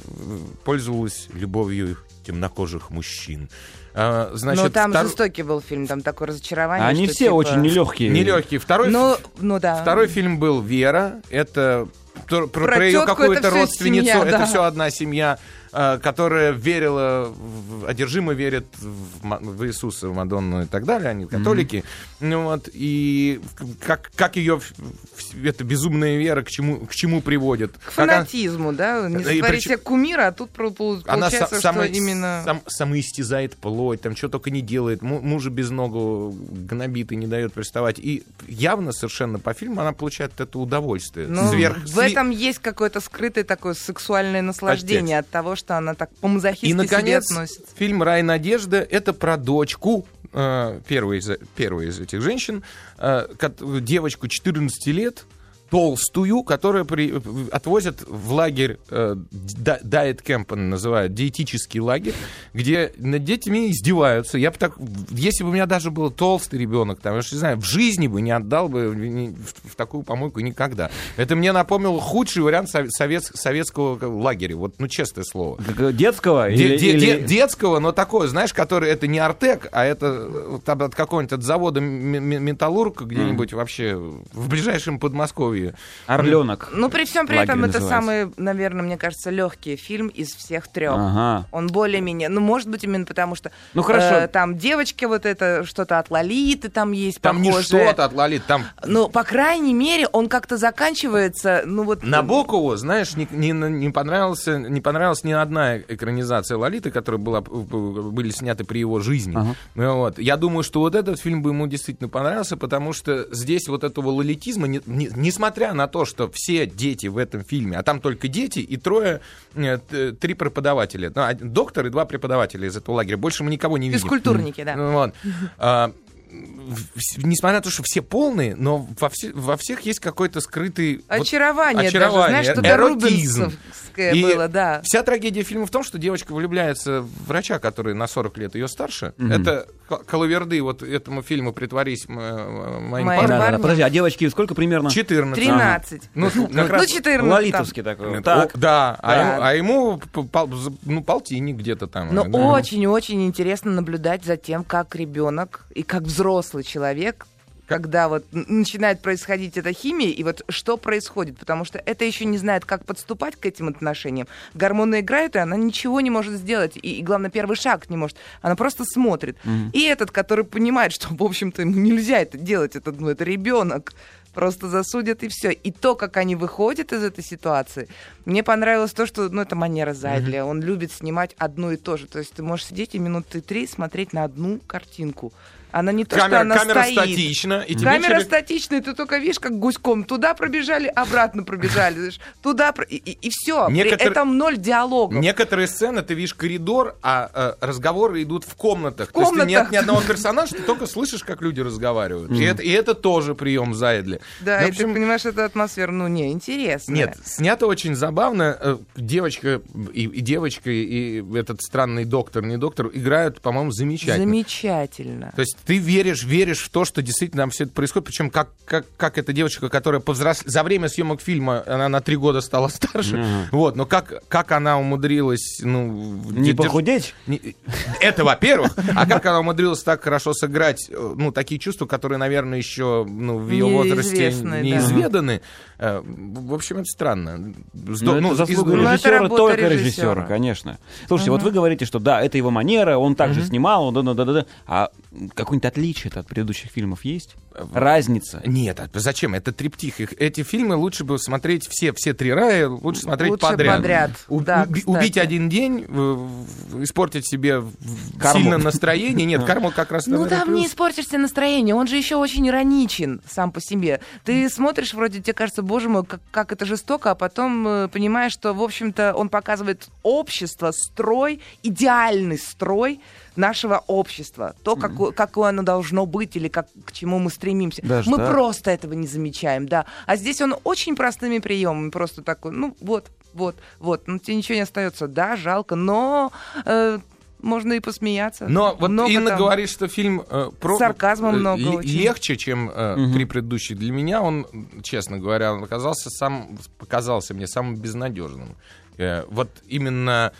пользовалась любовью темнокожих мужчин. А, значит, Но Ну, там втор- жестокий был фильм, там такое разочарование. Они что, все типа, очень нелегкие. Нелегкий. Второй, Ну, ну да. второй фильм был «Вера». Это про, про- Про про ее тетку, какую-то это всё родственницу. семья, это да. все одна семья, э, которая верила, в- одержимо верит в, Ма- в Иисуса, в Мадонну и так далее. Они католики. Ну вот, и в- как, как ее в- в- эта безумная вера к чему, к чему приводит. К Как она- фанатизму, да? Не И сотвори причем- себе кумира, а тут про- пол- Она получается, са- что сама- именно... сам- самоистязает плоть, там что только не делает, му- мужа без ногу гнобит и не дает приставать. И явно совершенно по фильму она получает это удовольствие. Ну, Сверх- в сли- этом есть какое-то скрытое такое сексуальное наслаждение от того, что она так по-мазохистски И, наконец, себе относится. фильм «Рай надежда» — это про дочку э, первой, из, первой из этих женщин, э, кот- девочку 14 лет, толстую, которую при- отвозят в лагерь, э, ди- Diet Camp он называют, диетический лагерь, где над детьми издеваются. Я бы так, если бы у меня даже был толстый ребенок, там, я ж не знаю, в жизни бы не отдал бы ни- в, в такую помойку никогда. Это мне напомнило худший вариант сов- совет- советского как, лагеря, вот, ну, честное слово. Как, э, Детского? Де- или- де- или- де- детского, но такое, знаешь, который это не Артек, а это э, там от какого-нибудь от завода м- м- Металлург где-нибудь вообще в ближайшем Подмосковье. Орленок. Ну, при всем при Лагерь этом, это называется. самый, наверное, мне кажется, легкий фильм из всех трех. Ага. Он более-менее... Ну, может быть, именно потому что... э, Ну, хорошо. там девочка вот это, что-то от Лолиты там есть Там не похожее. что-то от Лолит, там Но, по крайней мере, он как-то заканчивается, ну вот... Набокову, знаешь, не, не, не понравился, не понравилась ни одна экранизация Лолиты, которая была, э, были сняты при его жизни. Ага. Ну Вот. Я думаю, что вот этот фильм бы ему действительно понравился, потому что здесь вот этого лолитизма, не- не- несмотря на то, что все дети в этом фильме, а там только дети и трое, э, т- три преподавателя, Ну, один доктор и два преподавателля из этого лагеря. Больше мы никого не видим. Физкультурники, да. Ну Вот. А, в- в- несмотря на то, что все полные, но во, все- во всех есть какой-то скрытый... вот- Очарование, очарование, даже, знаешь, что-то эротизм. рубинсовское И было, да. Вся трагедия фильма в том, что девочка влюбляется в врача, который на 40 лет ее старше. Это к- коловерды вот этому фильму «Притворись м- э, моим Моим парнем». парнем. Да-да-да, парни. подожди, а девочки сколько примерно? 14. 13. Ну, как Ну, раз... э, 14 там. Лолитовский такой. вот. Ну, Так. О, да, а Да. ему, а ему п- пол- за- ну, полтинник где-то там. Но Да. очень-очень интересно наблюдать за тем, как ребенок и как взрослый человек когда вот н- начинает происходить эта химия, и вот что происходит, потому что это еще не знает, как подступать к этим отношениям. Гормоны играют, и она ничего не может сделать. И, и, главное, первый шаг не может. Она просто смотрит. И этот, который понимает, что, в общем-то, ему нельзя это делать, это, ну, это ребенок. Просто засудят и все. И то, как они выходят из этой ситуации, мне понравилось то, что, ну, это манера Зайдля. Он любит снимать одно и то же. То есть ты можешь сидеть и минуты три смотреть на одну картинку. Она не то, что Камера, она камера стоит. статична, и тебе Камера через- статичная, ты только видишь, как гуськом туда пробежали, обратно пробежали, знаешь, туда про- и, все. Некотор- При этом ноль диалогов. Некоторые сцены ты видишь коридор, а э, разговоры идут в комнатах. То есть ты нет комнатах. ни одного персонажа, ты только слышишь, как люди разговаривают. И, это, и это тоже прием Зайдли. Да, Ну, в и общем, ты понимаешь, эта атмосфера, ну, не, интересная. Нет, снято очень забавно. Э, Девочка и, и девочка, и этот странный доктор, не доктор, играют, по-моему, замечательно. Замечательно. То есть ты веришь, веришь в то, что действительно там все это происходит. Причем как, как, как эта девочка, которая повзрос... за время съемок фильма, она на три года стала старше. Вот, но как, как она умудрилась... Ну, Не дер- похудеть? не- Это, во-первых. А как она умудрилась так хорошо сыграть, э, ну, такие чувства, которые, наверное, еще ну, в ее возрасте Неизвестны, да. неизведаны. Э, В общем, это странно. С- Ну, это заслуга Ну, из- это режиссера, работа только режиссера. режиссера. конечно. Слушайте, вот вы говорите, что да, это его манера, он также снимал, он да-да-да-да. А какое-нибудь отличие от предыдущих фильмов есть? Разница? Нет, а зачем? Это триптих. Их- Эти фильмы лучше бы смотреть все, все три рая, лучше смотреть Лучше подряд, У- да, уби- кстати. убить один день, в- в- испортить себе в- Карму. сильно настроение. Нет, карму как раз... Ну наверное, там не плюс. испортишь себе настроение, он же еще очень ироничен сам по себе. Ты смотришь, вроде тебе кажется, боже мой, как, как это жестоко, а потом э, понимаешь, что, в общем-то, он показывает общество, строй, идеальный строй нашего общества. То, как, какое оно должно быть или как, к чему мы стремимся. Даже мы так? просто этого не замечаем, да. А здесь он очень простыми приемами, просто такой, ну вот, вот, вот, ну тебе ничего не остается. Да, жалко, но э, можно и посмеяться. Но вот Много Инна там. говорит, что фильм э, про... Сарказма э, много л- очень. Легче, чем э, три предыдущих. Для меня он, честно говоря, он оказался сам, показался мне самым безнадежным. Э, вот именно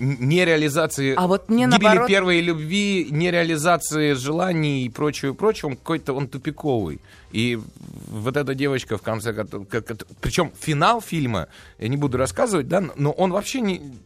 н- нереализации А вот мне гибели наоборот- первой любви, нереализации желаний и прочего, прочего, он какой-то он тупиковый. И вот эта девочка в конце, причем финал фильма, я не буду рассказывать, да, но он вообще не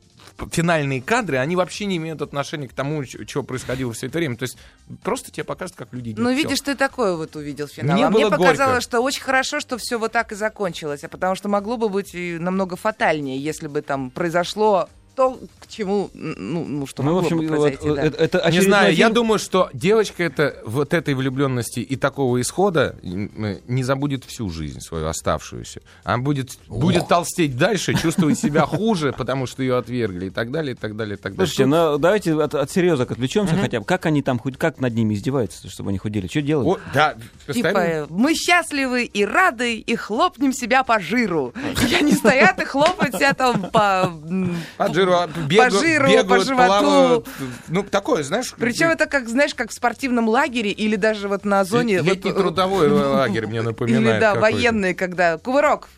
финальные кадры, они вообще не имеют отношения к тому, ч- чего происходило все это время. То есть просто тебе покажут, как люди гибнут. Ну, Всё. видишь, ты такое вот увидел финал. Мне а мне было показалось, горько. что очень хорошо, что все вот так и закончилось. А потому что могло бы быть и намного фатальнее, если бы там произошло то, к чему, м, ну, ну, что Ну, в могло общем, бы вот, произойти. э, да. это, это Не очередной знаю, я фильм. думаю, что девочка это вот этой влюбленности и такого исхода м, не забудет всю жизнь свою оставшуюся. Она будет, будет толстеть дальше, чувствовать себя хуже, потому что ее отвергли и так далее, и так далее, и так далее. Слушайте, ну давайте от, от серьезок отвлечемся хотя бы. Как они там, худ- как над ними издеваются, чтобы они худели? Что делают? О, да, ну, Типа, постоянно- э, мы счастливы и рады, и хлопнем себя по жиру. И они стоят и хлопают себя там по... м, по жиру, а, бегают, жиру, по бегают, животу. плавают. Ну, такое, знаешь. Причем это как, знаешь, как в спортивном лагере или даже вот на зоне... вот, Летний э, трудовой лагерь мне напоминает. Или, да, какой-то. военные, когда кувырок.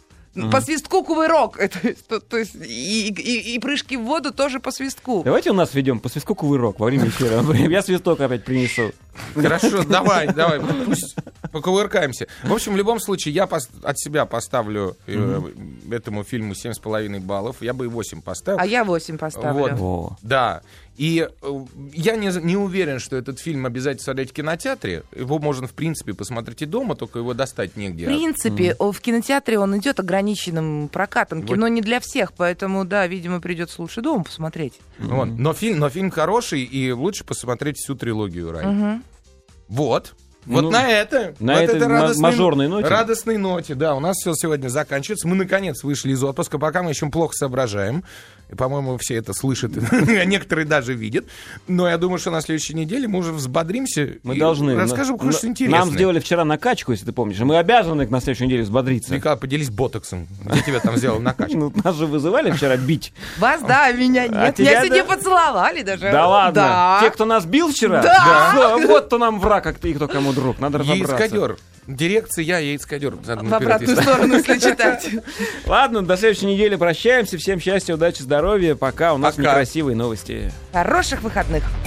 По свистку кувырок. <laughs> Это, то, то есть и, и- и прыжки в воду тоже по свистку. Давайте у нас ведем по свистку кувырок во время эфира. <laughs> Я свисток опять принесу. Хорошо, давай, давай, пусть покувыркаемся. В общем, в любом случае, я пос- от себя поставлю э, этому фильму 7,5 баллов. Я бы и 8 поставил. А я 8 поставлю. Вот. Во. Да. И э, я не, не уверен, что этот фильм обязательно смотреть в кинотеатре. Его можно, в принципе, посмотреть и дома, только его достать В негде. А принципе, о, в кинотеатре он идет ограниченным прокатом. Вот. Кино не для всех, поэтому, да, видимо, придется лучше дома посмотреть. Вот. Но, фильм, но фильм хороший, и лучше посмотреть всю трилогию Рай. Вот. Вот Ну, на это. на вот этой ма- радостной- мажорной ноте. Радостной ноте, да. У нас все сегодня заканчивается. Мы, наконец, вышли из отпуска. Пока мы еще плохо соображаем. И, по-моему, все это слышат. <laughs> а Некоторые даже видят. Но я думаю, что на следующей неделе мы уже взбодримся. Мы и должны. Расскажем на- кое-что на- интересное. Нам сделали вчера накачку, если ты помнишь. Мы обязаны на следующей неделе взбодриться. Николай, поделись ботоксом. Где тебя там сделал накачку? <laughs> Ну, нас же вызывали вчера бить. Вас, да, а меня нет. тебя, меня сегодня да? поцеловали даже. Да ладно. Э, Да. Те, кто нас бил вчера, Да. всё, вот кто нам враг, а кто- и кто кому друг. Надо разобраться. Яйцкадер. Дирекция яйцкадер. В Надо наперед обратную искать. сторону, <laughs> если читать. Ладно, до следующей недели прощаемся. Всем счастья, удачи, здоровья. Пока. У нас Пока. некрасивые новости. Хороших выходных.